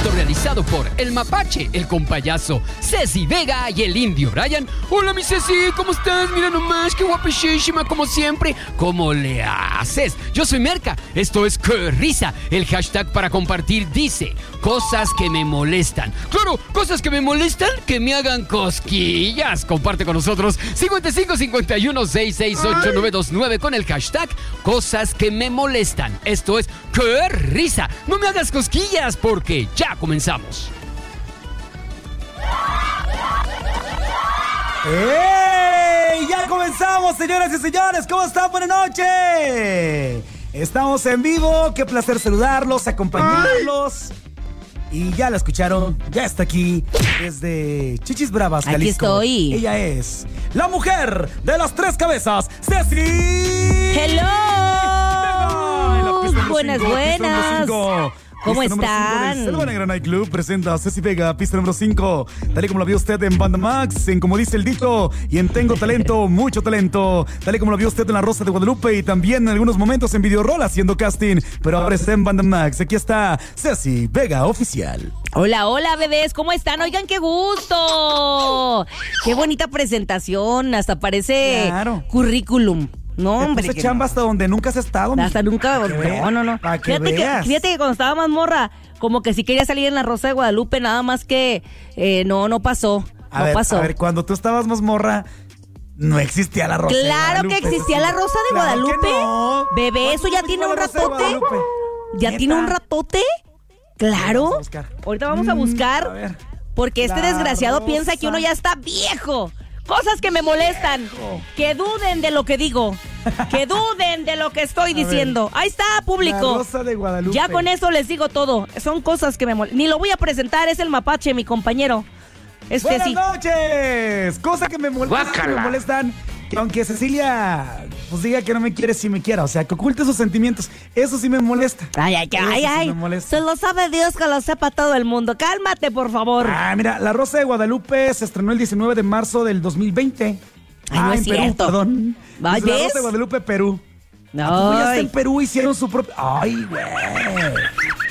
presentado por El Mapache, El Compayazo, Ceci Vega y El Indio Ryan. Hola, mi Ceci, ¿cómo estás? Mira nomás, qué guapísima como siempre. ¿Cómo le haces? Yo soy Merca, esto es Que Risa. El hashtag para compartir dice cosas que me molestan. Claro, cosas que me molestan que me hagan cosquillas. Comparte con nosotros 55 51 668 929 con el hashtag cosas que me molestan. Esto es ¡Qué risa! No me hagas cosquillas porque ya comenzamos. ¡Ey! Ya comenzamos, señoras y señores. ¿Cómo están? Buenas noches. Estamos en vivo. Qué placer saludarlos, acompañarlos. Y ya la escucharon. Ya está aquí desde Chichis Bravas, Aquí Jalisco. estoy. Ella es la mujer de las tres cabezas, Ceci. Vega, en la pista número ¡Hello! Buenas, cinco, pista número buenas. cinco. ¿Cómo Pista número cinco del Selva están? Negra Night Club presenta a Ceci Vega, pista número 5. Tal y como lo vio usted en Banda Max, en Como dice el Dito, y en Tengo Talento, mucho talento. Tal y como lo vio usted en La Rosa de Guadalupe y también en algunos momentos en Videorol haciendo casting. Pero ahora está en Banda Max. Aquí está Ceci Vega Oficial. Hola, hola, bebés, ¿cómo están? Oigan, qué gusto. Qué bonita presentación, hasta parece Claro. currículum. No, Te hombre. puse que chamba hasta donde nunca has estado. no. Hasta mija. nunca. Pa' que veas, No, no, no. pa' que Fíjate que, veas. fíjate que cuando estaba más morra, como que sí quería salir en la Rosa de Guadalupe, nada más que eh, no, no pasó. A no ver, pasó. A ver, cuando tú estabas más morra, no existía la rosa. de Claro que Guadalupe. existía la Rosa de Claro que Guadalupe. no. Bebé, eso ¿Cuándo ya se tiene hizo un la Rosa de ratote. Guadalupe? ¿Ya Neta. tiene un ratote? Vamos a Claro. buscar. Ahorita vamos a Mm, buscar. a ver. porque este La desgraciado piensa que rosa. uno ya está viejo. Cosas que me molestan. Que duden de lo que digo. Que duden de lo que estoy ver. diciendo. Ahí está, La público. Rosa de Guadalupe. Ya con eso les digo todo. Son cosas que me molestan. Ni lo voy a presentar, es el mapache, mi compañero. Este Buenas sí. noches. Cosa que me molesta, que me molestan. que aunque Cecilia pues diga que no me quiere si me quiera, o sea, que oculte sus sentimientos, eso sí me molesta. Ay, ay, Eso ay, sí ay. me molesta. Se lo sabe Dios que lo sepa todo el mundo. Cálmate, por favor. Ah, mira, La Rosa de Guadalupe se estrenó el 19 de marzo del 2020. no Ah, es en Perú, cierto. perdón. Ay, Desde La ¿ves? Rosa de Guadalupe, Perú. No. Como ya está en Perú, hicieron su propio. ¡Ay, güey!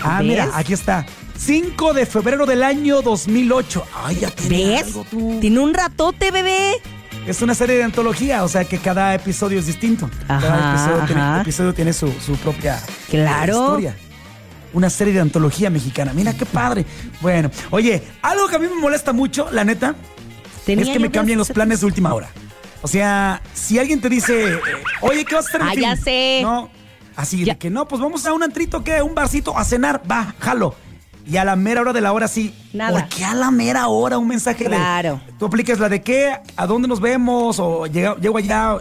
Ah, ¿Ves? mira, aquí está. 5 de febrero del año 2008. ¡Ay, ya tiene ¿Ves? algo tú. Tiene un ratote, bebé. Es una serie de antología, o sea que cada episodio es distinto. cada Ajá, episodio tiene, ajá. episodio tiene su, su propia Claro. eh, historia. Una serie de antología mexicana. Mira qué padre. Bueno, oye, algo que a mí me molesta mucho, la neta, Tenía es que me yo cambian los unas- planes de última hora. O sea, si alguien te dice, eh, oye, ¿qué vas a hacer? el Ah, fin?" ya sé. No, así Ya. de que no, pues vamos a un antrito, ¿qué? Un barcito a cenar, va, jalo. Y a la mera hora de la hora sí. Nada. ¿Por qué a la mera hora un mensaje Claro. de. Tú aplicas la de qué, a dónde nos vemos, o llega- llego allá.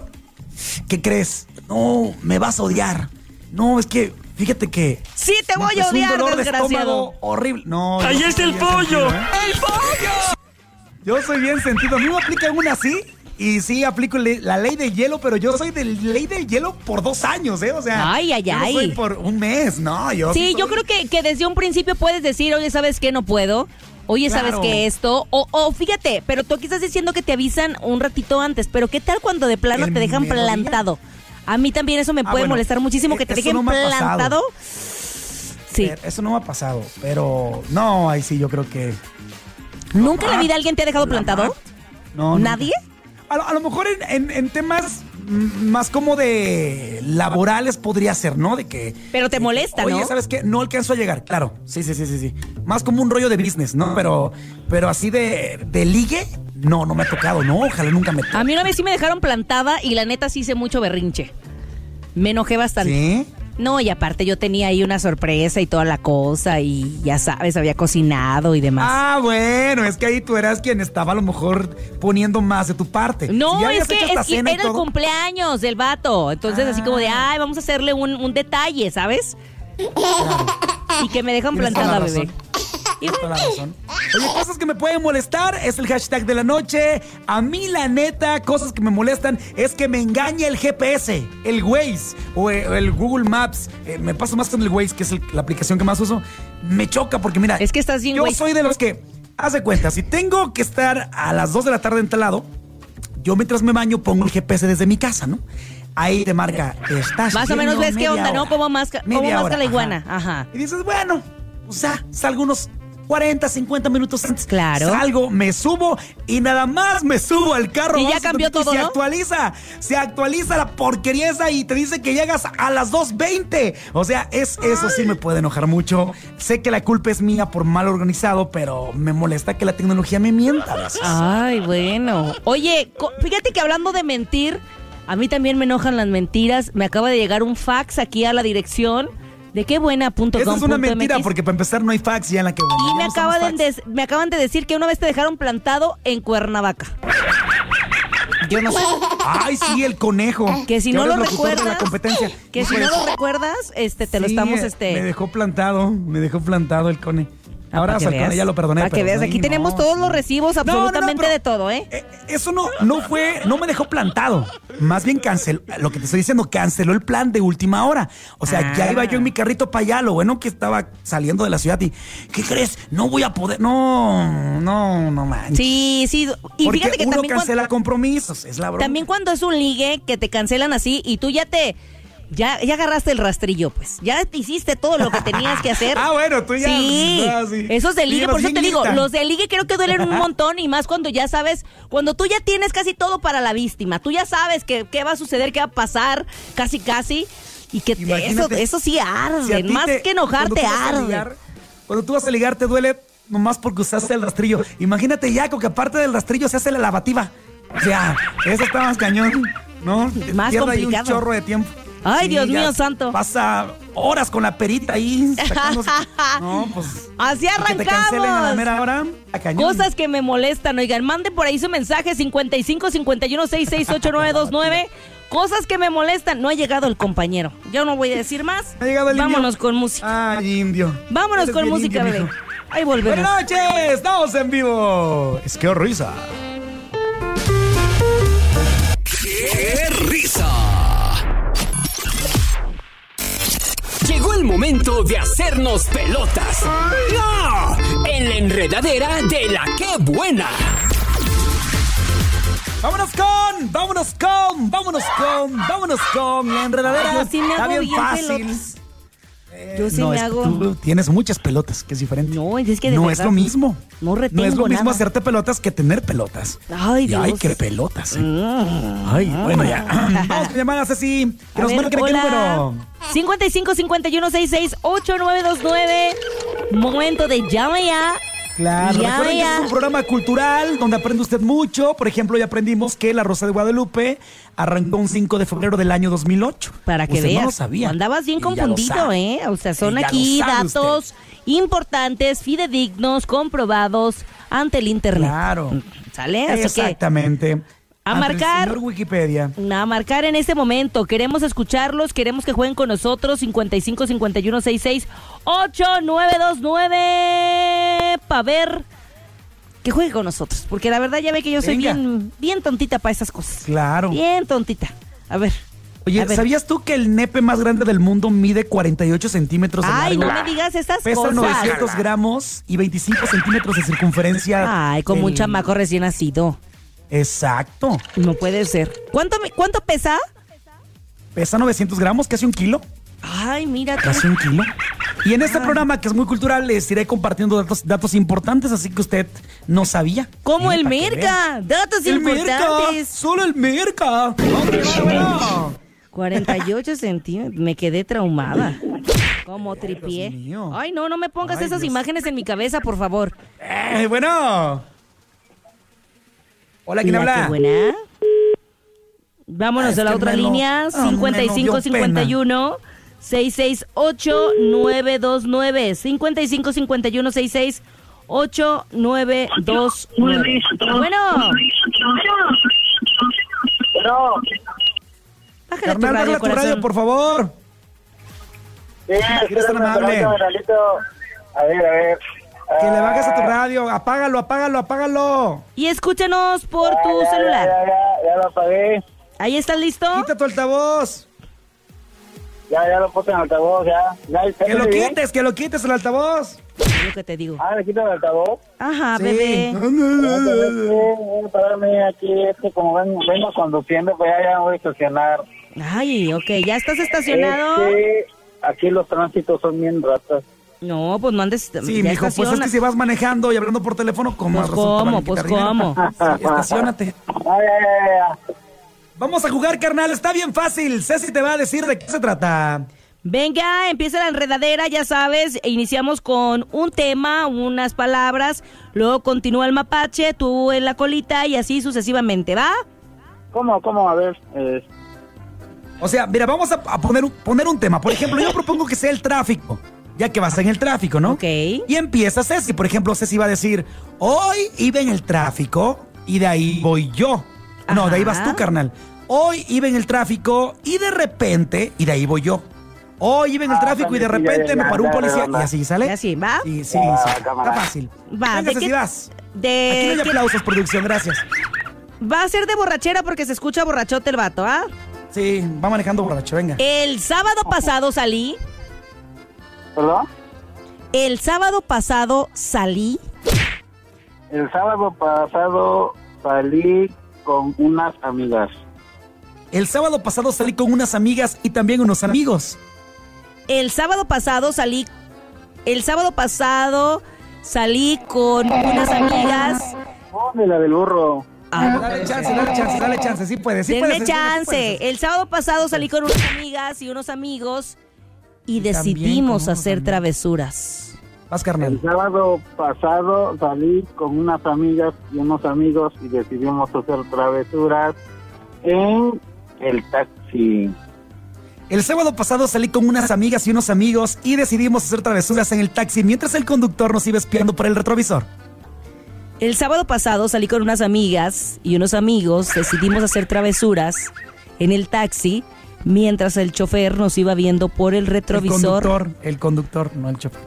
¿Qué crees? No, me vas a odiar. No, es que, fíjate que. Sí, te me voy a empezó pues, un odiar, dolor de desgraciado. estómago horrible. No. Ahí yo está el soy bien sentido, pollo. ¿eh? Yo soy bien sentido. A mí me aplican una así. Y sí, aplico le- la ley del hielo, pero yo soy de ley del hielo por dos años, ¿eh? O sea, Ay, ay, yo no ay. soy por un mes, no, yo. Sí, yo soy- creo que, que desde un principio puedes decir, oye, ¿sabes qué? No puedo. Oye, ¿sabes Claro. qué? Esto. O, o fíjate, pero tú aquí estás diciendo que te avisan un ratito antes. Pero ¿qué tal cuando de plano El te dejan mero día. plantado? A mí también eso me Ah, puede bueno, molestar muchísimo, eh, que te eso dejen no me ha pasado. plantado. Sí. Pero Eso no me ha pasado, pero no, ahí sí, yo creo que. ¿Nunca en la vida alguien te ha dejado plantado? ah, No, nunca. ¿Nadie? A lo, a lo mejor en, en- en temas mm, más como de laborales podría ser, ¿no? De que. Pero te de que, molesta, ¿no? Oye, ¿sabes qué? No alcanzó a llegar, claro. Sí, sí, sí, sí, sí. Más como un rollo de business, ¿no? Pero, pero así de, de ligue, no, no me ha tocado, no. Ojalá nunca me toque. A mí una vez sí me dejaron plantada y la neta sí hice mucho berrinche. Me enojé bastante. ¿Sí? No, y aparte yo tenía ahí una sorpresa y toda la cosa y ya sabes, había cocinado y demás. Ah, bueno, es que ahí tú eras quien estaba a lo mejor poniendo más de tu parte. Si no, ya es habías que, hecho hasta es que cena y era el todo, Ah. cumpleaños del vato. Entonces así como de, ay, vamos a hacerle un, un detalle, ¿sabes? Y que me dejan Tienes toda plantada, la bebé. razón. Y Tienes toda la razón. Oye, cosas que me pueden molestar es el hashtag de la noche. A mí, la neta, cosas que me molestan es que me engaña el GPS, el Waze o eh, el Google Maps. Eh, me paso más con el Waze, que es el- la aplicación que más uso. Me choca porque, mira. Es que estás bien, Yo Waze. soy de los que. Haz de cuenta, si tengo que estar a las 2 de la tarde en tal lado, yo mientras me baño pongo el GPS desde mi casa, ¿no? Ahí te marca, estás. Más o menos lleno ves qué media onda, ¿no? hora. Cómo masca- cómo Media masca hora, la iguana, ajá. Y dices, bueno, o sea, pues salgo unos 40, 50 minutos antes. Claro. Salgo, me subo y nada más me subo al carro. Y ya vas a- cambió todo, Se ¿no? actualiza, se actualiza la porquería esa y te dice que llegas a las 2.20. O sea, es eso sí me puede enojar mucho. Sé que la culpa es mía por mal organizado, pero me molesta que la tecnología me mienta. a Ah, veces. Ay, bueno. Oye, co- fíjate que hablando de mentir, a mí también me enojan las mentiras. Me acaba de llegar un fax aquí a la dirección de qué buena punto Esa es com una punto mentira, MX. porque para empezar no hay fax ya en la que... Y ya me, no usamos acaba de fax. des- me acaban de decir que una vez te dejaron plantado en Cuernavaca. Yo no sé. Ay, sí, el conejo. Que si no ahora lo es locutor de recuerdas, la competencia. que si Híjole. no lo recuerdas, este, te lo Sí, estamos, eh, Me este. dejó plantado, me dejó plantado el cone. Ahora Ah, para que al cone, veas. ya lo perdoné. Para que pero, veas, ay, aquí no, tenemos todos sí. los recibos No, no, no, absolutamente pero, de todo, ¿eh? eh, Eso no, no fue, no me dejó plantado. Más bien canceló, lo que te estoy diciendo, canceló el plan de última hora. O sea, Ah. ya iba yo en mi carrito para allá, lo bueno que estaba saliendo de la ciudad y, ¿qué crees? No voy a poder, no, no, no manches. Sí, sí. Y Porque fíjate que uno también. cuan- cancela compromisos, es la broma. También cuando es un ligue que te cancelan así y tú ya te ya, ya agarraste el rastrillo, pues. Ya te hiciste todo lo que tenías que hacer. Ah, bueno, tú ya- Sí. ah, sí. Esos de Sí, ligue, los por eso te digo, liguistas. los de ligue creo que duelen un montón y más cuando ya sabes, cuando tú ya tienes casi todo para la víctima. Tú ya sabes que- qué va a suceder, qué va a pasar, casi casi. Y que te- eso, Imagínate, eso sí Si a arde, ti más te- que cuando enojarte, tú vas a arde. ligar- cuando tú vas a ligar te duele nomás porque usaste el rastrillo. Imagínate ya con que aparte del rastrillo se hace la lavativa. O sea, eso está más cañón, ¿no? Más Pierde ahí un complicado. chorro de tiempo. Ay, Dios ya mío santo. Pasa horas con la perita ahí sacándose. No, pues... Así y Que te cancelen a la arrancamos. mera hora, a cañón. Cosas que me molestan, oigan, mande por ahí su mensaje 55 51 668 929. Cosas que me molestan, no ha llegado el compañero. Yo no voy a decir más. ¿Ha llegado el indio? Vámonos con música. Ay, indio. Vámonos Eres con bien música, indio, bebé. mijo. Ahí volvemos. Buenas noches, estamos en vivo. Es que risa. ¡Qué risa! Llegó el momento de hacernos pelotas. ¡No! En la enredadera de la qué buena. Vámonos con, vámonos con, vámonos con, vámonos con la enredadera. Ay, yo sí me Está hago bien, bien fácil. pelotas. Yo sí No, me es que hago. tú tienes muchas pelotas, que es diferente. No, es que de No verdad es lo mismo. no retengo No es lo mismo nada. hacerte pelotas que tener pelotas. Ay, Y ay, Dios. Mm. Ah. qué pelotas. eh. Ay, bueno, ya. Vamos con llamadas, Ceci. Que A nos ver, marquen a qué hola. número. 55 51 668 929. Momento de llama ya. Claro, Ya, recuerden que ya. es un programa cultural donde aprende usted mucho. Por ejemplo, ya aprendimos que La Rosa de Guadalupe arrancó un 5 de febrero del año 2008. Para que Usted veas. no lo sabía. Andabas bien Y ya lo confundido, sabe. ¿eh? O sea, Y son ya lo aquí sabe usted. datos importantes, fidedignos, comprobados ante el internet. Claro. ¿Sale? ¿eh? Así que Exactamente. a Ante el marcar- señor Wikipedia. a marcar en este momento. Queremos escucharlos, queremos que jueguen con nosotros. 55 51 66 8929 para ver que juegue con nosotros, porque la verdad ya ve que yo soy Venga. bien bien tontita para esas cosas. Claro. Bien tontita. A ver. Oye, a ver. ¿sabías tú que el nepe más grande del mundo mide 48 centímetros de Ay, largo? no me digas estas Pesa cosas. 900 gramos y 25 centímetros de circunferencia. Ay, como un del- chamaco recién nacido. Exacto. No puede ser. ¿Cuánto, me- cuánto pesa? Pesa 900 gramos, casi un kilo. Ay, mira. tú. Casi un kilo. Y en este programa, que es muy cultural, les iré compartiendo datos, datos importantes, así que usted no sabía. Como Eh, el para que vea. merca. Datos ¡El merca! importantes. ¡Solo el merca! ¡Hombre, bárbaro! 48 centímetros. Me quedé traumada. Como tripié. Dios mío. Ay, no, no me pongas Ay, esas Dios. imágenes en mi cabeza, por favor. Eh, bueno. Hola, ¿quién Mira, qué habla? buena. Vámonos Ah, es a la que otra me lo- ah, línea. me lo dio 5551 668 929 5551 668 929 Bueno, Pero, bájale tu Carnal, radio, baja tu corazón. radio, por favor. bien, Ah, eres tan espérame, amable. Geraldo, Geraldito. A ver, a ver. Que le Ah, bajes a tu radio. Apágalo, apágalo, apágalo. Y escúchanos por ya, tu ya, celular. Ya, ya, ya lo apagué. Ahí estás listo. Quita tu altavoz. Ya, ya lo puse en altavoz, ya. ya ¿está Que lo bien? quites, que lo quites el altavoz. Lo que te digo. Ah, le quito el altavoz. Ajá, Sí. bebé. Ah. Entonces, eh, Voy a pararme aquí, este, como ven- vengo conduciendo, pues ya, ya voy a estacionar. Ay, ok, ya estás estacionado. Este, Es que aquí los tránsitos son bien ratas. No, pues no andes. Sí, ya mijo, pues es estaciona. que si vas manejando y hablando por teléfono, con Pues más razón te cómo, valen pues quitar dinero. cómo. Sí, estacionate. Ay, ay, ay, ay. Vamos a jugar, carnal, está bien fácil. Ceci te va a decir de qué se trata. Venga, empieza la enredadera, ya sabes. e Iniciamos con un tema, unas palabras. Luego continúa el mapache, tú en la colita y así sucesivamente, ¿va? ¿Cómo, cómo? A ver. eh, O sea, mira, vamos a, a poner, un, poner un tema. Por ejemplo, yo propongo que sea el tráfico, ya que vas en el tráfico, ¿no? Ok. Y empieza Ceci. Por ejemplo, Ceci va a decir, hoy iba en el tráfico y de ahí voy yo. No, de ahí vas Ajá. tú, carnal. Hoy iba en el tráfico y de repente, y de ahí voy yo. Hoy iba en el Ah, tráfico y de también, sí, ya, repente ya, me ya, paró un ya, policía. ya, Y ya. así, ¿sale? Y así, ¿va? Sí, sí, Ah, sí. cámara. Está fácil. Va, Venga, ¿de Ceci, qué- vas. Aquí no De hay ¿qué- aplausos, producción, gracias. va a ser de borrachera porque se escucha borrachote el vato, ¿ah? Sí, va manejando borracho, venga. El sábado pasado salí. ¿Perdón? El sábado pasado salí. El sábado pasado salí con unas amigas. El sábado pasado salí con unas amigas y también unos amigos. El sábado pasado salí. El sábado pasado salí con unas amigas. Ponme la del burro. Ah, Dale chance, dale chance, dale chance, sí puedes, sí Denme puedes. sí chance. puedes. El sábado pasado salí con unas amigas y unos amigos y, también decidimos con unos hacer amigos. travesuras. Vas, El carnal. sábado pasado salí con unas amigas y unos amigos y decidimos hacer travesuras en el taxi. El sábado pasado salí con unas amigas y unos amigos y decidimos hacer travesuras en el taxi mientras el conductor nos iba espiando por el retrovisor. El sábado pasado salí con unas amigas y unos amigos, decidimos hacer travesuras en el taxi mientras el chofer nos iba viendo por el El retrovisor conductor, el conductor, no el chofer.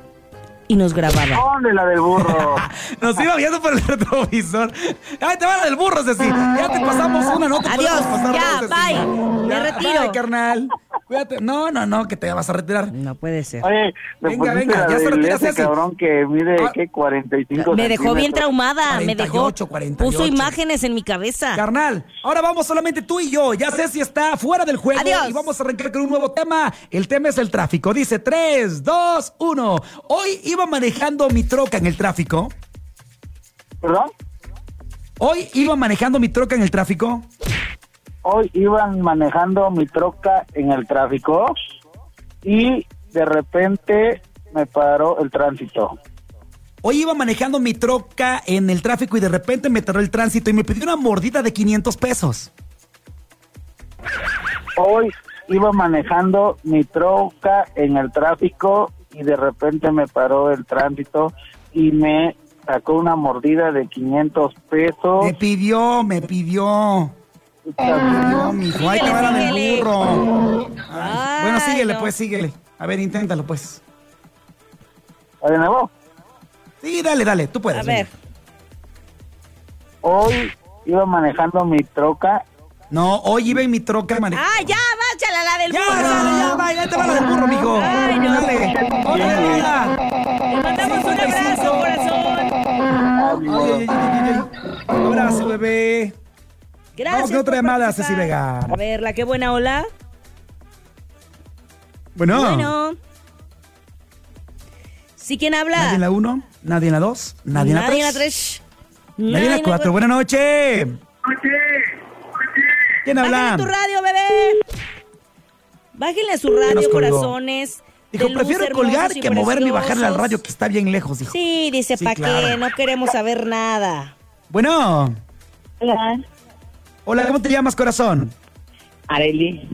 y nos grababa. Ponme la del burro. Nos iba viendo por el retrovisor. Ay, te van a del burro, Ceci. Ya te pasamos una nota. Adiós, ya, bye. Me retiro. carnal. Cuídate. No, no, no, que te vas a retirar. No puede ser. Oye, me Venga, pusiste venga, la ya se del retira ese Ceci. cabrón que mide, Ah. ¿qué? 45 Me dejó bien centímetros. traumada, me dejó. 48, 48. Puso imágenes en mi cabeza. Carnal, ahora vamos solamente tú y yo. Ya sé si está fuera del juego. Adiós. Y vamos a arrancar con un nuevo tema. El tema es el tráfico. Dice 3, 2, 1. Hoy iba manejando mi troca en el tráfico. ¿Perdón? Hoy iba manejando mi troca en el tráfico. Hoy iban manejando mi troca en el tráfico y de repente me paró el tránsito. Hoy iba manejando mi troca en el tráfico y de repente me paró el tránsito y me pidió una mordida de 500 pesos. Hoy iba manejando mi troca en el tráfico y de repente me paró el tránsito y me sacó una mordida de 500 Oh. pesos. Me pidió, me pidió. Me pidió, mijo. Ahí te va la del Síguele, síguele. burro. Ay, Bueno, Ay, síguele, no. pues, síguele. A ver, inténtalo, pues. ¿De nuevo? Sí, dale, dale, tú puedes. A ver. venga. Hoy iba manejando mi troca. No, hoy iba en mi troca manejando. Ah, ya, báchala la del Ya, burro. dale, ya, va, ya te va la del burro, mijo. Ay, no. Dale. Otra vida. Te mandamos un abrazo, corazón. Ah, mi Ay, modo. ay, ay, ay, ay. Un Abrazo, bebé. Gracias. Vamos con otra por llamada, participar. Ceci Vega. A ver, la qué buena ola. Bueno. Bueno. ¿Sí quién Nadie en la habla? 1, nadie en la 2, nadie en la 3. Nadie en la tres. Nadie en la 4. Buenas noches. ¿Quién Bájale habla? a tu radio, bebé. Bájenle a su radio, Nos colgó. corazones. Dijo, de luz, prefiero hermosos colgar y que moverme y bajarle al preciosos. radio que está bien lejos, dijo. Sí, dice, Sí, ¿pa' qué? claro. No queremos saber nada. Bueno. Hola, Hola, ¿cómo te llamas, corazón? Areli.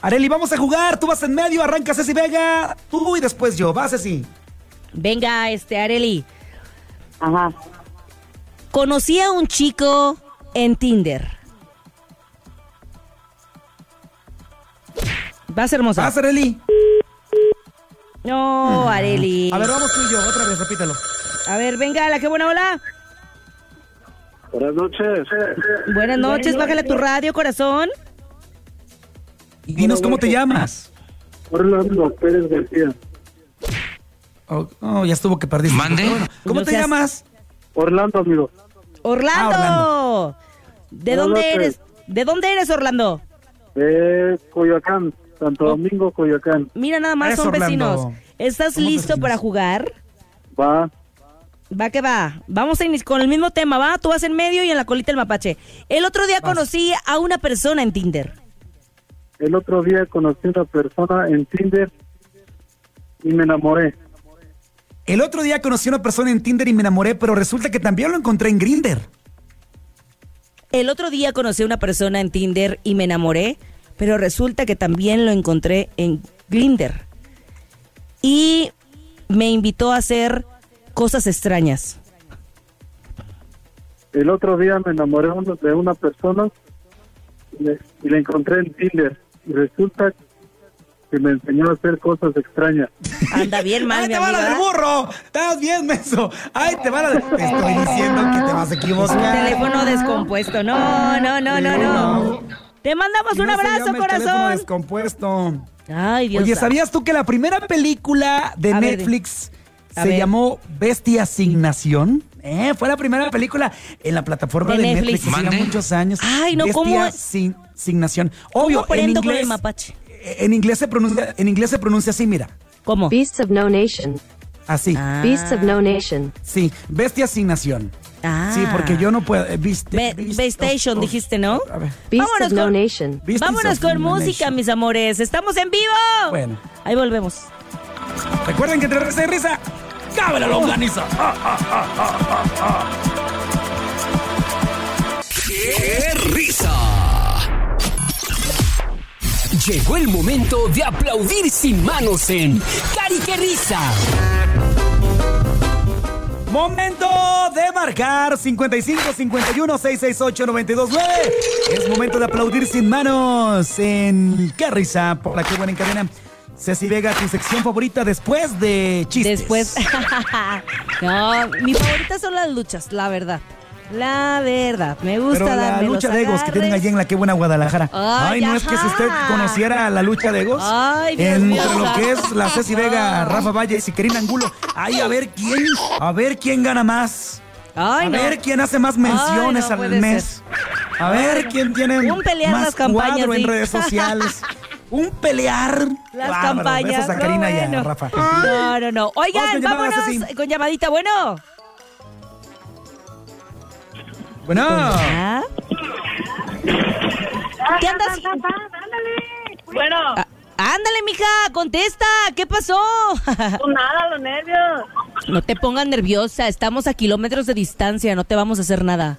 Areli, vamos a jugar. Tú vas en medio, arranca Ceci Vega. Tú y después yo. Vas, Ceci. Venga, este, Areli. Ajá. Conocí a un chico en Tinder. Vas, hermosa. Vas, Areli. No, Areli. A ver, vamos tú y yo. Otra vez, repítelo. A ver, venga, la qué buena hola. Buenas noches. Buenas noches, bájale a tu radio, corazón. Y dinos cómo te llamas. Orlando Pérez García. Oh, oh, ya estuvo que perdiste. Mande. ¿Cómo No te seas- llamas? Orlando, amigo. Orlando. ¿De Ah, Buenas dónde noches. eres? ¿De dónde eres, Orlando? De Coyoacán. Santo Domingo, Coyoacán. Mira, nada más Eso, son Orlando. vecinos. ¿Estás Somos listo vecinos. para jugar? Va. Va que va. Vamos a iniciar con el mismo tema, va. Tú vas en medio y en la colita el mapache. El otro día conocí a una persona en Tinder. El otro día conocí a una persona en Tinder y me enamoré. El otro día conocí a una persona en Tinder y me enamoré, pero resulta que también lo encontré en Grinder. El otro día conocí a una persona en Tinder y me enamoré, pero resulta que también lo encontré en Grindr. Y me invitó a hacer cosas extrañas. El otro día me enamoré uno- de una persona y le- y la encontré en Tinder. Y resulta que me enseñó a hacer cosas extrañas. Anda bien mal, ¡Ahí mi te va la del amiga. burro! ¡Estás bien, menso! ¡Ahí te va la del... Te estoy diciendo que te vas a equivocar. Teléfono descompuesto. No, no, no, no, no. Te mandamos Y Pues un no se abrazo, llama el teléfono corazón. descompuesto. Ay, Dios. Oye, ¿sabías tú que la primera película de A ver, di. Netflix A se ver. llamó Bestia Asignación? Eh, fue la primera película en la plataforma De de, Netflix, Netflix. hace ya Mande. muchos años. Ay, no, Bestia ¿cómo? Sin- Asignación. Obvio, en aprendo con el inglés. eh, mapache? En inglés se pronuncia, en inglés se pronuncia así, mira. ¿Cómo? Beasts of No Nation. Así. Ah. Beasts of No Nation. Sí, Bestia Asignación. Ah. Sí, porque yo no puedo. eh, Beast- Be- Beast- Bestation, oh, oh, dijiste, ¿no? A ver. Beasts Vámonos of No con- Nation. Beasties Vámonos of con Domination. música, mis amores. Estamos en vivo. Bueno. Ahí volvemos. Recuerden que entre risa y risa, cabe la longaniza. ¡Qué risa! Llegó el momento de aplaudir sin manos en Cari Qué Risa. Momento de marcar 55 51 668 929. Es momento de aplaudir sin manos en Qué risa por la que buena en cadena. Ceci Vega, tu sección favorita después de chistes. Después. no, mi favorita son las luchas, la verdad. La verdad. Me gusta Pero la darme lucha los de egos que tienen agarres. allí en la que buena Guadalajara. Ay, Ay, no es que si ajá. usted conociera la lucha de egos Ay, Dios entre mío, lo santo. que es la Ceci Vega, Rafa Valle y Karina Angulo. Ay, a ver quién, a ver quién gana más. Ay, a no. ver quién hace más menciones Ay, no al puede mes. A ver quién tiene Un pelear más las campañas, cuadro en sí. redes sociales. Un pelear. Las Bárbaro, campañas. Besos a no, Karina y a bueno. Ah. Rafa. No, no, no. Oigan, Vamos con llamadas, vámonos Ceci. con llamadita. Bueno. Bueno, ¿Ah? ¿Qué andas? Bueno, Ah, ándale, mija, contesta. ¿Qué pasó? pues nada, los nervios. no te pongas nerviosa. Estamos a kilómetros de distancia. No te vamos a hacer nada.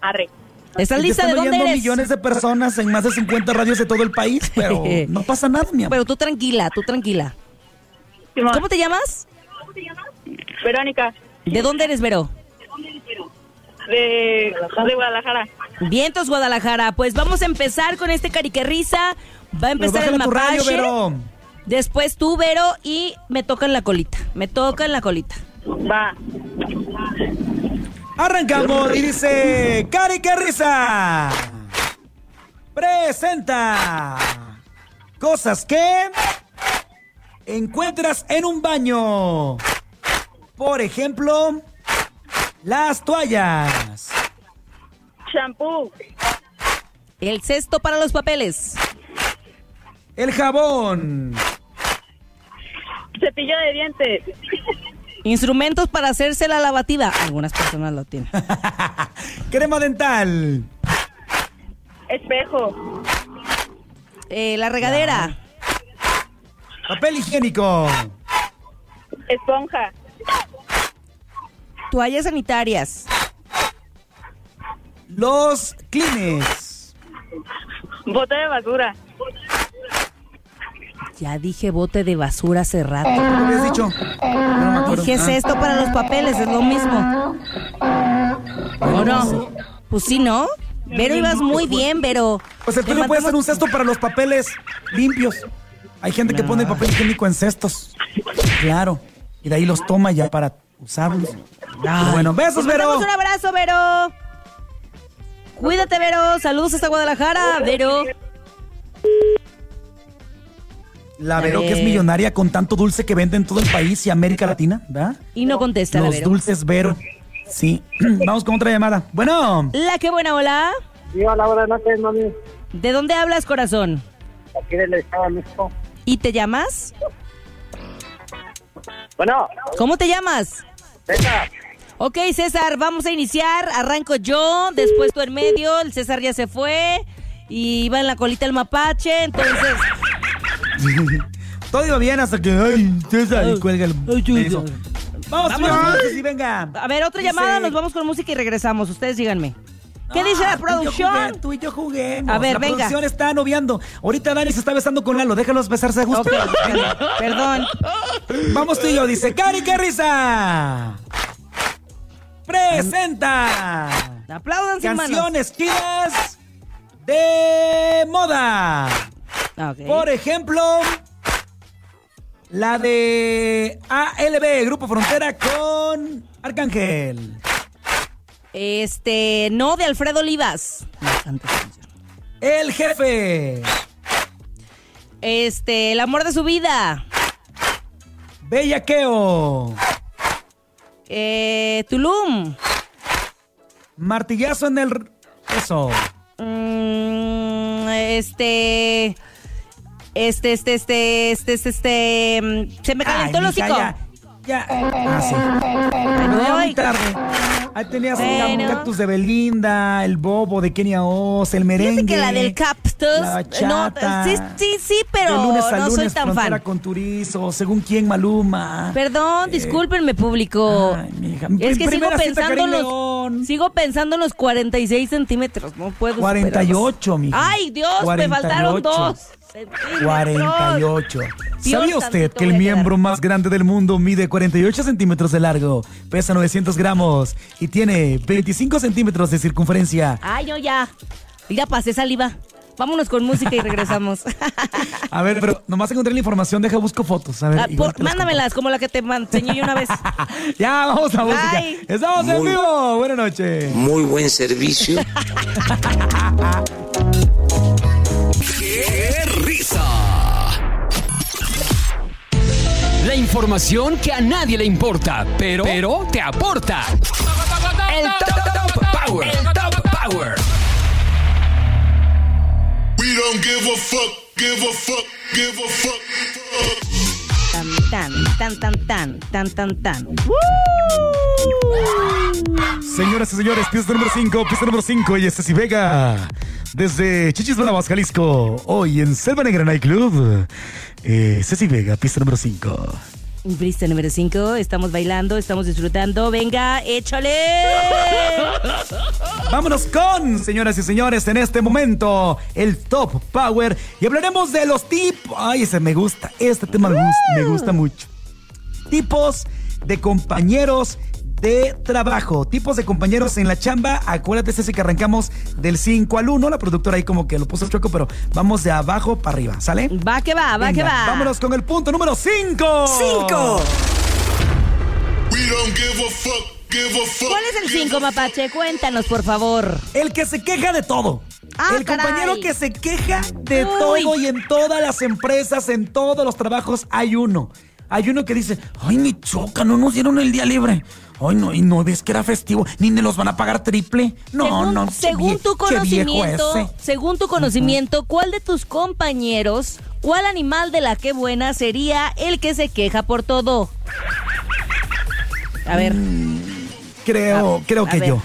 Arre. ¿Estás te están lista? ¿De dónde oyendo eres? millones de personas en más de 50 radios de todo el país, pero no pasa nada, mi amor. Pero tú tranquila, tú tranquila. Simón. ¿Cómo te llamas? Verónica, ¿De dónde eres, Vero? de, de Guadalajara. Vientos, Guadalajara. Pues vamos a empezar con este cariquerriza. Va Pero a empezar el Pues bájale tu radio, mapache. Vero. Después tú, Vero, y me tocan la colita. Me tocan la colita. Va. Arrancamos y dice Cari que risa. Presenta cosas que encuentras en un baño. Por ejemplo, las toallas, Champú, El cesto para los papeles. el jabón, cepillo de dientes, Instrumentos para hacerse la lavativa. Algunas personas lo tienen. crema dental, espejo, Eh, la regadera. papel higiénico, esponja, Toallas sanitarias. los clines, bote de basura, Ya dije bote de basura hace rato. ¿Qué habías dicho? No me acuerdo. Dije Ah. cesto para los papeles, es lo mismo. ¿O no? Pues sí, ¿no? Vero, ibas muy bien, Vero. O sea, Te tú le puedes hacer un mandamos- cesto para los papeles limpios. Hay gente que pone el papel higiénico en cestos. Claro. Y de ahí los toma ya para usarlos. Pero bueno, Te besos, Vero. mandamos un abrazo, Vero. Cuídate, Vero. Saludos hasta Guadalajara, Vero. La Vero que es Eh. millonaria con tanto dulce que vende en todo el país y América Latina, ¿verdad? Y no contesta la los Vero. dulces Vero. Sí. Vamos con otra llamada. Bueno, La que buena, hola. Yo a la hora de noche, mami. ¿De dónde hablas, corazón? aquí del Estado de México. ¿Y te llamas? Bueno, ¿Cómo te llamas? César, Ok, César, vamos a iniciar. Arranco yo, después tú en medio. El César ya se fue y va en la colita el mapache. Entonces, Todo iba bien hasta que. ¡Ay, César! Y cuelga el. Ay, César. beso. Vamos, Vamos, señor, vamos. sí, venga. a ver, otra Dice- llamada. Nos vamos con música y regresamos. Ustedes díganme. ¿Qué dice la Ah, tú y yo producción? jugué- Tú y yo juguemos. A ver, la venga. producción está noviando. Ahorita Dani se está besando con Lalo. Déjalos besarse a gusto. Ok, perdón, perdón. Vamos tú y yo, dice Cari Carriza. Presenta Aplaudan sin manos. canciones chidas de moda. Ah, ok. Por ejemplo, la de ALB, Grupo Frontera con Arcángel. Este, no, de Alfredo Olivas. No, santa canción. El jefe, Este, el amor de su vida. Bellaqueo, Eh, Tulum. Martillazo en el... r- Eso. Mm, este, este, este, este, este, este, este, mm, se me calentó Ay, el mija, hocico. Ya, ya. Ah, sí. Pero ya muy tarde. Ahí tenías Bueno. el cactus de Belinda, el bobo de Kenia Oz, el merengue. Fíjate que la del Cactus, La no, bachata. sí, sí, sí, pero De lunes a no soy lunes, tan frontera fan. con Turizo, según quién, Maluma. Perdón, discúlpenme público. Eh, ay, mija. es que sigo Primera cita, pensando en Karim los, León. sigo pensando en los 46 centímetros, no puedo. 48, superarlos. mija. Ay, Dios, me 48. faltaron dos. centímetros. 48. ¿Sabía Dios, usted tantito que el voy a miembro más grande del mundo mide 48 centímetros de largo, pesa 900 gramos y tiene 25 centímetros de circunferencia? Ay, no, ya. Ya pasé saliva. Vámonos con música y regresamos. A ver, pero nomás encontré la información, deja busco fotos. A ver, Ah, igual por- te las mándamelas como la que te man- enseñé yo una vez. comparto. Ya, vamos a música. Bye. Estamos en Muy- vivo. Buenas noches. Muy buen servicio. ¡Qué risa! La información que a nadie le importa, pero, pero te aporta. El Top, Top Power. El Top Power. We don't give a fuck, give a fuck, give a fuck. Tan, tan, tan, tan, tan, tan, tan. Señoras y señores, pieza número 5, pieza número 5 y este es Vega. Desde Chichis Bravas, Jalisco, hoy en Selva Negra Night Club. Eh, Ceci Vega, pista número 5. Brista número 5. Estamos bailando, estamos disfrutando. Venga, échale. Vámonos con, señoras y señores, en este momento, el Top Power. Y hablaremos de los tipos. Ay, ese me gusta. Este tema me gusta, me gusta mucho. Tipos de compañeros de trabajo. Tipos de compañeros en la chamba. Acuérdate, Ceci, que arrancamos del 5 al 1. La productora ahí como que lo puso chueco, pero vamos de abajo para arriba, ¿sale? Va que va, va que Venga, va. Vámonos con el punto número 5. We don't give a fuck, give a fuck. ¿Cuál es el 5, mapache? Cuéntanos, por favor. El que se queja de todo. Ah, el caray. compañero que se queja de Uy. todo y en todas las empresas, en todos los trabajos hay uno. Hay uno que dice, ay, me choca, no nos dieron el día libre. Ay, no, y no ves que era festivo, ni me los van a pagar triple. No, según, no, según tu conocimiento, según tu conocimiento, ¿cuál de tus compañeros, cuál animal de la que buena sería el que se queja por todo? A ver. Mm, Creo, creo a que ver. yo.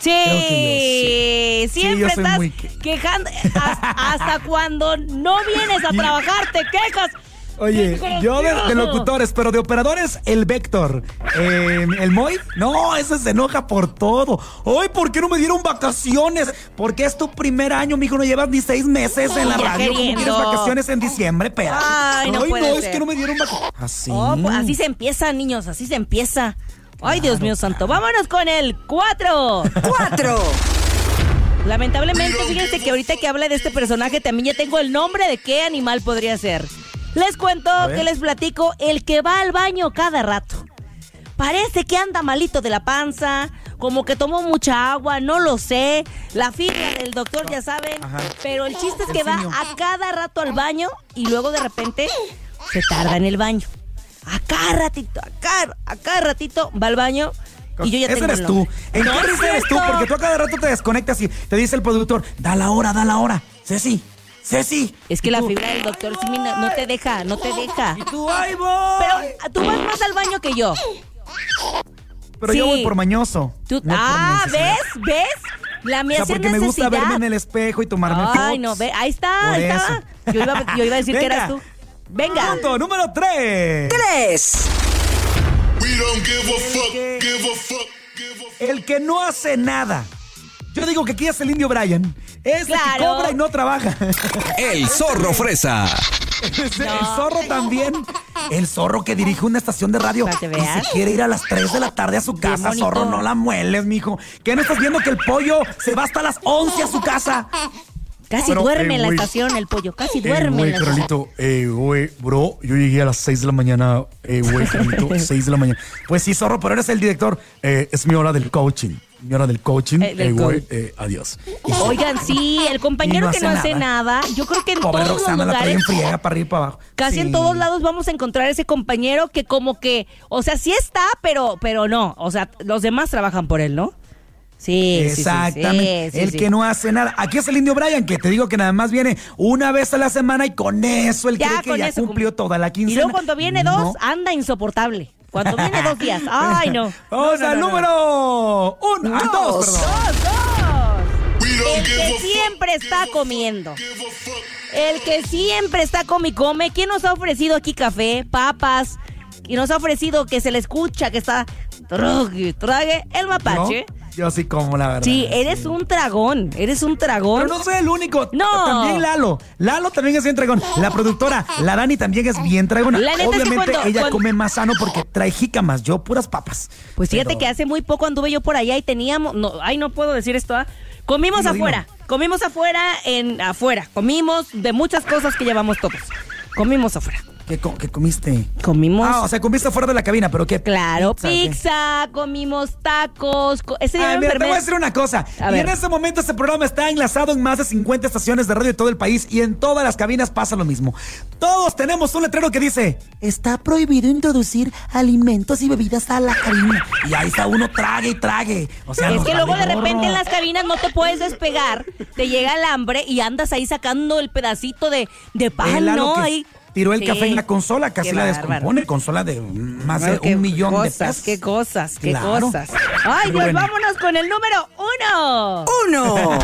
Sí, que yo, sí. Sí, siempre yo soy estás muy que- quejando hasta, hasta cuando no vienes a trabajar te quejas. Oye, yo de, de locutores, pero de operadores, el Vector. Eh, el Moy, no, ese se enoja por todo. Hoy, ¿por qué no me dieron vacaciones? Porque es tu primer año, mijo, no llevas ni seis meses en la Ya radio. ¿Cómo queriendo. quieres vacaciones en diciembre, pero? Ay, no puede es ser. que no me dieron Ah, vacaciones. Así. Oh, pues así se empieza, niños, así se empieza. Ay, Dios mío santo, vámonos con el 4. ¡Cuatro! Lamentablemente, fíjense que ahorita que habla de este personaje también ya tengo el nombre de qué animal podría ser. Les cuento que les platico el que va al baño cada rato. Parece que anda malito de la panza, como que tomó mucha agua, no lo sé. La fila del doctor ya saben, Ajá. pero el chiste es que El va simio. a cada rato al baño y luego de repente se tarda en el baño. Acá ratito, acá, acá ratito va al baño y yo ya Ese tengo el eres tú. nombre. ¿En No qué es risa eres tú? cierto. Porque tú a cada rato te desconectas y te dice el productor, da la hora, da la hora. Ceci, Ceci. Es que Y la tú, fibra del doctor Simi no no te deja, no te deja. Y tú, ahí voy. Pero ah, tú vas más al baño que yo. Pero yo Sí. voy por mañoso. Tú- no por ah, necesidad. ¿ves? ¿Ves? La O mía sea, sí es porque me gusta verme necesidad. en el espejo y tomarme Ay, fotos. no, ve, ahí está, Por ahí eso. estaba. Yo iba, yo iba a decir que Venga. eras tú. Venga. Punto número 3. Tres. We don't give a fuck, give a fuck, give a fuck. El que no hace nada. Yo digo que aquí es el indio Brian. Es el que Claro. cobra y no trabaja. El zorro fresa. Es El zorro también. El zorro que dirige una estación de radio. Para que Y veas. se quiere ir a las 3 de la tarde a su casa, bonito. zorro. No la mueles, mijo. ¿Qué no estás viendo que el pollo se va hasta las 11 a su casa? Casi Pero, duerme eh, en la güey. estación el pollo, casi duerme en la estación. eh, güey, bro, yo llegué a las 6 de la mañana, eh, güey, Carlito, 6 de la mañana. Pues sí, zorro, pero eres el director. Eh, es mi hora del coaching. Mi hora del coaching, Eh, del coach. eh, adiós. Oigan, sí, el Y compañero no que no hace hace nada. Yo creo que en Pobre todos Roxana, los la trae lugares, en friega para arriba y para abajo. casi Sí. en todos lados vamos a encontrar ese compañero que como que, o sea, sí está, pero, pero no. O sea, los demás trabajan por él, ¿no? Sí, sí, sí, sí, Exactamente. sí, el sí. que no hace nada. Aquí es el indio Brian, que te digo que nada más viene una vez a la semana y con eso él Ya, cree que con ya eso cumplió cum- toda la Y quincena. luego cuando viene dos, No. anda insoportable. Cuando viene dos días, ay no. Vamos No, no, al no, no. número uno. ah, dos, Dos. perdón. Dos, dos. We don't El give que a siempre fuck, está give a fuck, comiendo. give a fuck. El que siempre está con mi come. ¿Quién nos ha ofrecido aquí café, papas? Y nos ha ofrecido que se le escucha, que está trague, trague el mapache. No, Yo sí como, la verdad. Sí, eh, eres un dragón, eres un dragón. Pero no soy el único. No. También Lalo. Lalo también es bien tragón. La productora, la Dani también es bien tragona. La neta es que Obviamente cuando- ella cuando- come más sano porque trae jícamas. Yo puras papas. Pues fíjate Pero- que hace muy poco anduve yo por allá y teníamos, no, ay, no puedo decir esto, ¿ah? comimos Dilo, afuera, comimos afuera en afuera, comimos de muchas cosas que llevamos todos, comimos afuera, ¿Qué, co- qué comiste? comimos, Ah, o sea, comiste fuera de la cabina, pero ¿qué? claro, ¿o qué? pizza, comimos tacos, co- ese día Ay, me mira, te enfermé. voy a decir una cosa. A y ver. en este momento este programa está enlazado en más de 50 estaciones de radio de todo el país y en todas las cabinas pasa lo mismo. Todos tenemos un letrero que dice, está prohibido introducir alimentos y bebidas a la cabina. Y ahí está uno trague y trague. O sea, Es nos que luego de vale gorro. repente en las cabinas no te puedes despegar, te llega el hambre y andas ahí sacando el pedacito de, de Ve, pan, Lalo, ¿no? que Ahí. Tiró el Sí. café en la consola, casi Qué la bárbaro. descompone. Consola de más de Ay, qué un millón de cosas, pesos. Qué cosas, qué Claro. cosas. Ay, Pero Dios, bueno. vámonos con el número uno. Uno.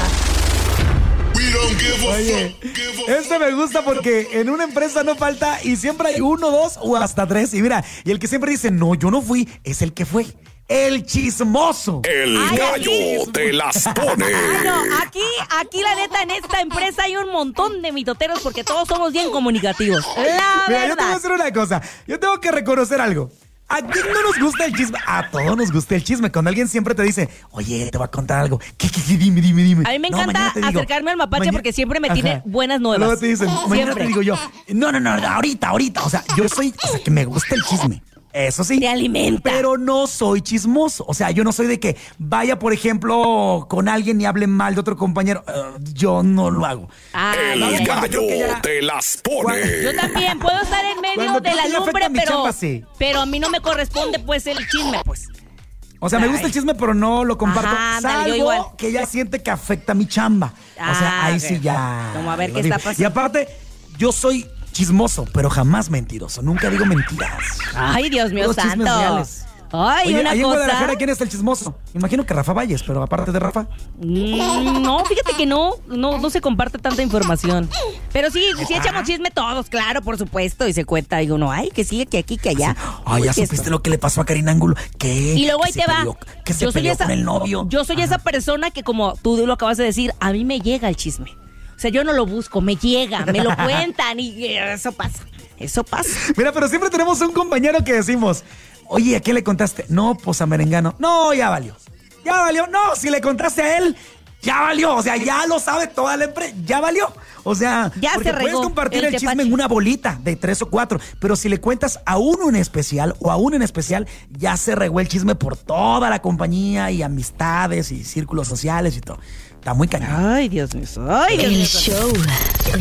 We don't give a Oye, fuck, give a este me gusta porque en una empresa no falta y siempre hay uno, dos o hasta tres. Y mira, y el que siempre dice, no, yo no fui, es el que fue. El chismoso. El Ay, gallo aquí. te las pone. Ah, no, aquí, aquí la neta, en esta empresa hay un montón de mitoteros porque todos somos bien comunicativos. La Mira, yo te voy a verdad. decir una cosa. Yo tengo que reconocer algo. ¿A quién no nos gusta el chisme? A todos nos gusta el chisme. Cuando alguien siempre te dice, oye, te voy a contar algo. ¿Qué, qué, qué? Dime, dime, dime. A mí me No, encanta mañana te digo. acercarme al mapache Maña- porque siempre me tiene buenas nuevas. Luego te dicen, mañana Siempre. te digo yo. No, no, no, ahorita, ahorita. O sea, yo soy, o sea, que me gusta el chisme. Eso sí. Te alimenta. Pero no soy chismoso. O sea, yo no soy de que vaya, por ejemplo, con alguien y hable mal de otro compañero. Eh, yo no lo hago. Ah, ya, ya, El ya. gallo te las pone. Yo también puedo estar en medio Cuando de la creo que ya lumbre, afecta mi pero, chamba, sí. pero a mí no me corresponde pues el chisme, pues. O sea, me gusta el chisme, pero no lo comparto. Ajá, ándale, yo salvo igual. que ella siente que afecta mi chamba. o sea, Ah, ahí ok. sí ya. Como a ver lo qué digo. está pasando. Y aparte, yo soy chismoso, pero jamás mentiroso. Nunca digo mentiras. Ay, Dios mío Ah, Los chismes santo. reales. Ay, Oye, una ahí en cosa. Guadalajara, ¿quién es el chismoso? Imagino que Rafa Valles, pero aparte de Rafa. Mm, no, fíjate que no, no, no se comparte tanta información. Pero sí, Ah. sí echamos chisme todos, claro, por supuesto, y se cuenta. Y uno, ay, que sí, que aquí, que allá. Ay, Uy, ya que supiste esto. lo que le pasó a Karina Ángulo. ¿Qué? Y luego Que ahí se te va. peleó- Que se peleó con el novio. Yo soy esa persona que, como tú lo acabas de decir, a mí me llega el chisme. O sea, yo no lo busco, me llega, me lo cuentan y eso pasa. Eso pasa. Mira, pero siempre tenemos un compañero que decimos, oye, ¿a qué le contaste? No, pues a Merengano. No, ya valió. Ya valió. No, si le contaste a él, ya valió. O sea, ya lo sabe toda la empresa. Ya valió. O sea, Ya porque se puedes regó compartir el el, chisme tepache. en una bolita de tres o cuatro, pero si le cuentas a uno en especial o a uno en especial, ya se regó el chisme por toda la compañía y amistades y círculos sociales y todo. Está muy cañón. Ay, Dios mío. Ay, Dios mío. show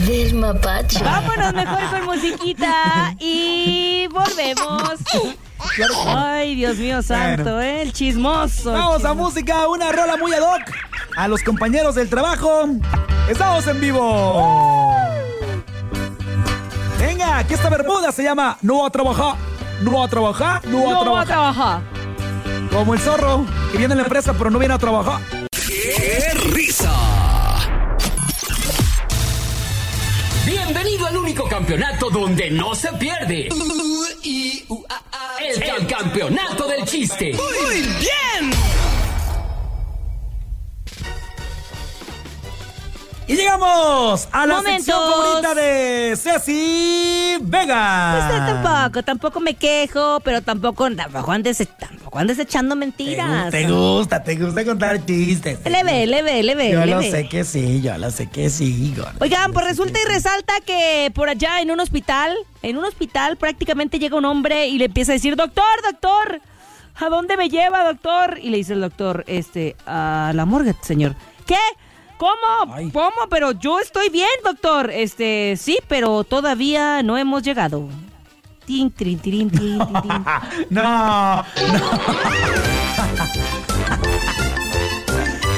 del mapache. Vámonos mejor con musiquita y volvemos. Ay, Dios mío santo, Bueno. ¿eh? el chismoso. Vamos a chismoso. música, una rola muy ad hoc a los compañeros del trabajo. Estamos en vivo. que esta bermuda se llama No va a trabajar, no va a trabajar, no va a No va a trabajar. trabajar. Como el zorro, que viene a la empresa pero no viene a trabajar. ¡Qué risa! Bienvenido al único campeonato donde no se pierde. El, el campeonato del chiste. ¡Muy bien! Y llegamos a la Momentos. sección favorita de Ceci Pues eh, Vega. tampoco, tampoco me quejo, pero tampoco, tampoco andes, tampoco andes echando mentiras. Te gusta, te gusta contar chistes. Leve, leve, leve, Yo lo leve. sé que sí, yo lo sé que sí, gordo. Oigan, pues resulta y resalta que por allá en un hospital, en un hospital prácticamente llega un hombre y le empieza a decir, doctor, doctor, ¿a dónde me lleva, doctor? Y le dice el doctor, este, a la morgue, señor. ¿Qué? ¿Cómo? Ay. ¿Cómo? Pero yo estoy bien, doctor. Este, sí, pero todavía no hemos llegado. Tin, trin, tirin, tin, tin, tin. No, no.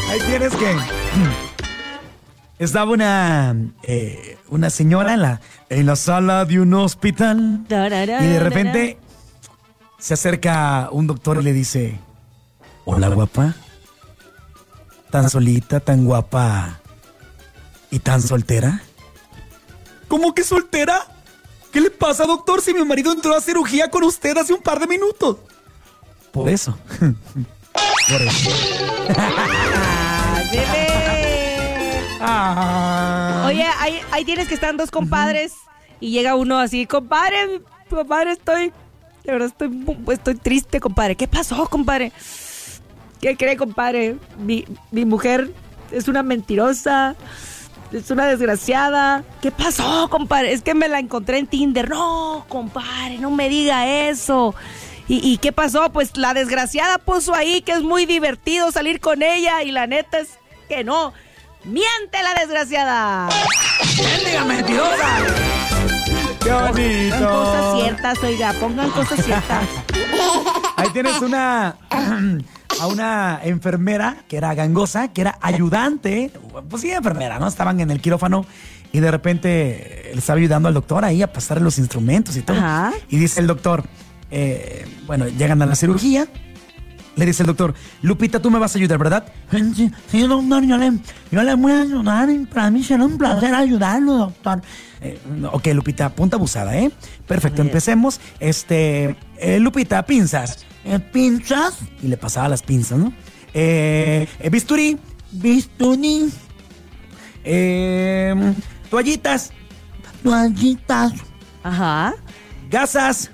Ahí tienes que. Estaba una, eh, una señora en la, en la sala de un hospital. Tarará, Y de repente se acerca un doctor y le dice: Hola, guapa. Tan solita, tan guapa. ¿Y tan soltera? ¿Cómo que soltera? ¿Qué le pasa, doctor, si mi marido entró a cirugía con usted hace un par de minutos? Por eso. Por eso. tarará. Lele. Ah, Oye, ahí, ahí tienes que están dos compadres y llega uno así, compadre, compadre, estoy, de verdad estoy, mu- estoy triste, compadre. ¿Qué pasó, compadre? ¿Qué cree, compadre? Mi, mi mujer es una mentirosa, es una desgraciada. ¿Qué pasó, compadre? Es que me la encontré en Tinder. No, compadre, no me diga eso. ¿Y, y qué pasó? Pues la desgraciada puso ahí que es muy divertido salir con ella y la neta es que no. ¡Miente la desgraciada! ¡Qué Pongan cosas bonito! ciertas, oiga, pongan cosas ciertas. Ahí tienes una. A una enfermera que era gangosa, que era ayudante. Pues sí, enfermera, ¿no? Estaban en el quirófano y de repente eh, le estaba ayudando al doctor ahí a pasar los instrumentos y todo. Ajá. Y dice el doctor: eh, Bueno, llegan a la cirugía, Le dice el doctor, Lupita, tú me vas a ayudar, ¿verdad? Sí, sí, doctor, yo le, yo le voy a ayudar. y Para mí será un placer ayudarlo, doctor. Eh, ok, Lupita, punta abusada, ¿eh? Perfecto, empecemos. Este, eh, Lupita, pinzas. Eh, ¿Pinzas? Y le pasaba las pinzas, ¿no? Eh, eh, bisturí. Bisturí. Eh, toallitas. Toallitas. Ajá. Gasas.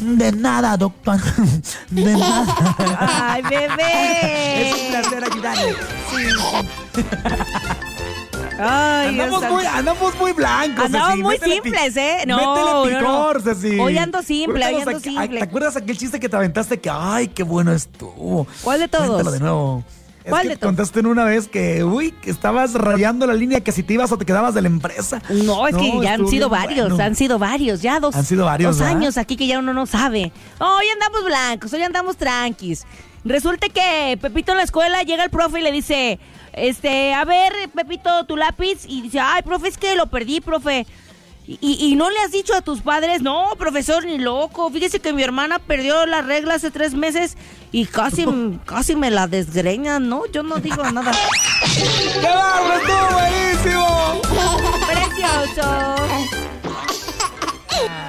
De nada, doctor. De nada. Ay, Es un bebé. placer ayudarle. Ay, Dios Andamos santo. muy, andamos muy blancos. Andamos Ceci, muy métele simples, pi- ¿eh? No, Métele no, picor, no. Ceci. Hoy ando simple, hoy Cuéntanos ando aqu- a- simple. ¿Te acuerdas aquel chiste que te aventaste que, ay, qué bueno estuvo? ¿Cuál de todos? Cuéntalo de nuevo. Es ¿Cuál que de te todos? contaste en una vez que, uy, que estabas rayando la línea que si te ibas o te quedabas de la empresa. No, es que ya han estuvo sido bien varios, bueno. han sido varios, ya dos, Han sido varios, dos ¿verdad? años aquí que ya uno no sabe. Hoy andamos blancos, hoy andamos tranquis. Resulta que Pepito en la escuela llega el profe y le dice, este, a ver, Pepito, tu lápiz. Y dice, ay, profe, es que lo perdí, profe. Y, y- y no le has dicho a tus padres, no, profesor, ni loco. Fíjese que mi hermana perdió la regla hace tres meses y casi, casi me la desgreñan, ¿no? Yo no digo nada. ¡Qué bárbaro! ¡Estuvo buenísimo! ¡Precioso!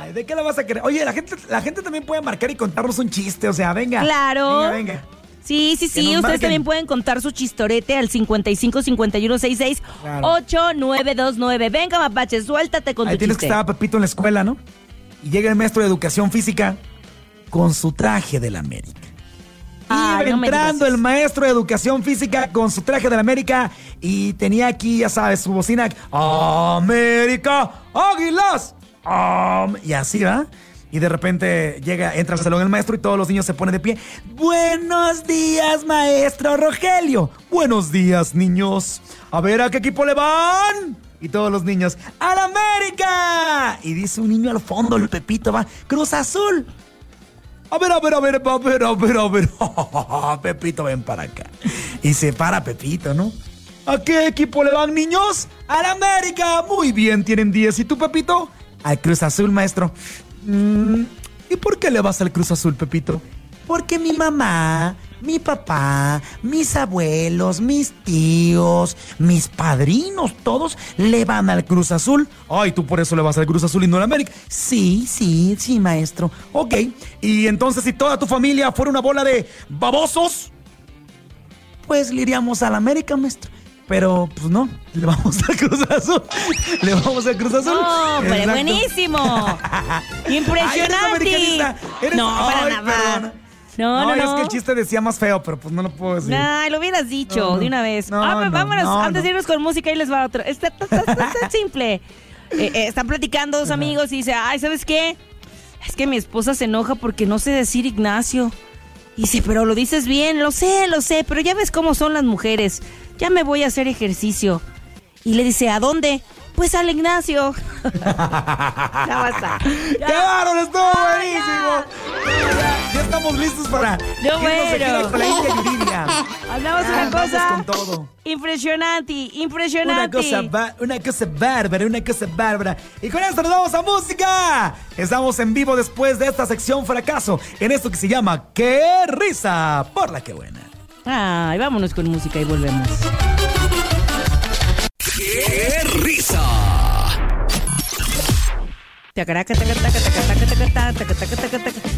Ay, ¿De qué la vas a querer? Oye, la gente, la gente también puede marcar y contarnos un chiste, o sea, venga. Claro. Venga, venga. Sí, sí, sí. nos Ustedes marquen. también pueden contar su chistorete al 55 51 66 Claro. 8929. Venga, mapache, suéltate con Ahí tu tienes que chiste. estaba Pepito en la escuela, ¿no? Y llega el maestro de educación física con su traje de la América. Iba Ay, Ah, no me entrando digas el eso. maestro de educación física con su traje de la América y tenía aquí, ya sabes, su bocina. ¡América! ¡Águilas! Am- y así va. Y de repente llega, entra al salón el maestro y todos los niños se ponen de pie. Buenos días, maestro Rogelio. Buenos días, niños. A ver, ¿a qué equipo le van? Y todos los niños, ¡Al América! Y dice un niño al fondo, el Pepito va, Cruz Azul. A ver, a ver, a ver, a ver, a ver, a ver. Pepito, ven para acá. Y se para Pepito, ¿no? ¿A qué equipo le van, niños? ¡A la América! Muy bien, tienen 10. ¿Y tú, Pepito? Al Cruz Azul, maestro. Mm, ¿Y por qué le vas al Cruz Azul, Pepito? Porque mi mamá, mi papá, mis abuelos, mis tíos, mis padrinos, todos le van al Cruz Azul. Ay, tú por eso le vas al Cruz Azul y no al América. Sí, sí, sí, maestro. Ok, y entonces si toda tu familia fuera una bola de babosos, Pues le iríamos al América, maestro. pero pues no, le vamos al Cruz Azul. Le vamos al Cruz Azul. No, pero Exacto. buenísimo. Ay, eres Impresionante. americanista. Eres- No, para Ay, nada. perdona. No, no, es no. que el chiste decía más feo, pero pues no lo puedo decir. Nah, lo hubieras dicho No, no. de una vez. No, Ah, pues no, vámonos, no, antes de no. irnos con música, ahí les va otro. Está está- está- está- está simple. Eh, eh, están platicando dos amigos y dice, ay, ¿sabes qué? Es que mi esposa se enoja porque no sé decir Ignacio. Y dice, pero lo dices bien, lo sé, lo sé, pero ya ves cómo son las mujeres. Ya me voy a hacer ejercicio. Y le dice, ¿a dónde? Pues al Ignacio. ya basta. ¡Qué bárbaro! ¡Estuvo buenísimo! Ya, ya estamos listos para No, irnos aquí a la bueno. playa Yuridia. Hablamos Ya, una andamos cosa. Ah, con todo. Impresionante, Una impresionante. cosa, ba- una cosa bárbara, una cosa bárbara. Y con esto nos vamos a música. Estamos en vivo después de esta sección fracaso en esto que se llama ¡Qué risa! Por la que buena. Ay, vámonos con música y volvemos. ¡Qué risa! Tacaraca, taca, taca, taca, taca, taca, taca, taca, taca, taca, taca.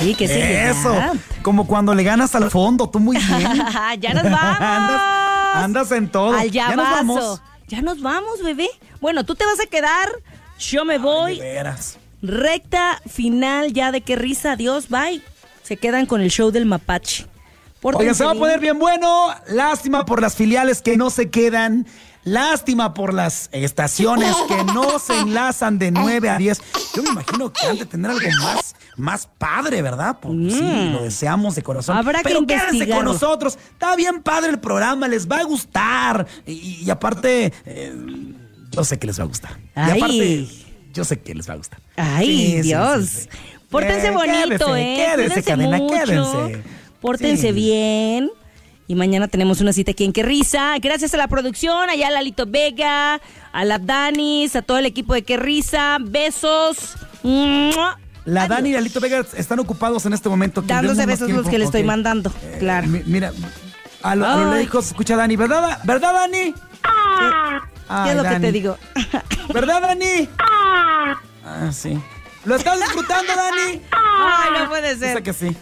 Sí, que sí. Eso, como cuando le ganas al fondo, tú muy bien. ya nos vamos. Andas- andas en todo. Al Ya nos llavazo. vamos. Ya nos vamos, bebé. Bueno, tú te vas a quedar. Yo me voy. De veras. Recta final ya de qué risa. Adiós, bye. Se quedan con el show del mapache. Pórtense Oigan, se va a bien. poner bien bueno. Lástima por las filiales que no se quedan. Lástima por las estaciones que no se enlazan de 9 a 10. Yo me imagino que han de tener algo más, más padre, ¿verdad? Porque sí, lo deseamos de corazón. Mm. Habrá que Pero quédense investigarlo. con nosotros. Está bien padre el programa, les va a gustar. Y, y aparte, eh, yo sé que les va a gustar. Y Ay. aparte, yo sé que les va a gustar. Sí, Ay, sí, sí, Dios. sí. Pórtense Eh, bonito, quédese, ¿eh? Quédese, Cuídense cadena, mucho. quédense. Pórtense Sí. bien. Y mañana tenemos una cita aquí en Qué Risa. Gracias a la producción, allá a Lalito Vega, a la Danis, a todo el equipo de Qué Risa. Besos. ¡Mua! La Adiós. Dani y la Lito Vega están ocupados en este momento. Que Dándose tenemos más besos los tiempo. que le estoy Ok. Eh, mandando. Claro. Mi- mira, a lo, a lo Ay. lejos escucha a Dani, ¿verdad? ¿Verdad, Dani? ¿Qué Ay, es lo que Dani. te digo? ¿Verdad, Dani? Ah, sí. ¿Lo estás disfrutando, Dani? Ay, no puede Dice ser. que sí.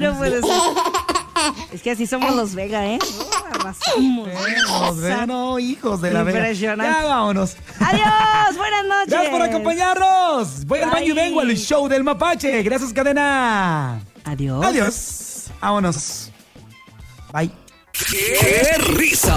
no puede ser. Es que así somos los Vega, ¿eh? Arrasamos. Hijos de- no, hijos de la vega. Impresionante. Ya vámonos. Adiós, buenas noches. Gracias por acompañarnos. Voy al baño y Bye. vengo al show del mapache. Gracias, cadena. Adiós. Adiós. Vámonos. Bye. ¡Qué risa!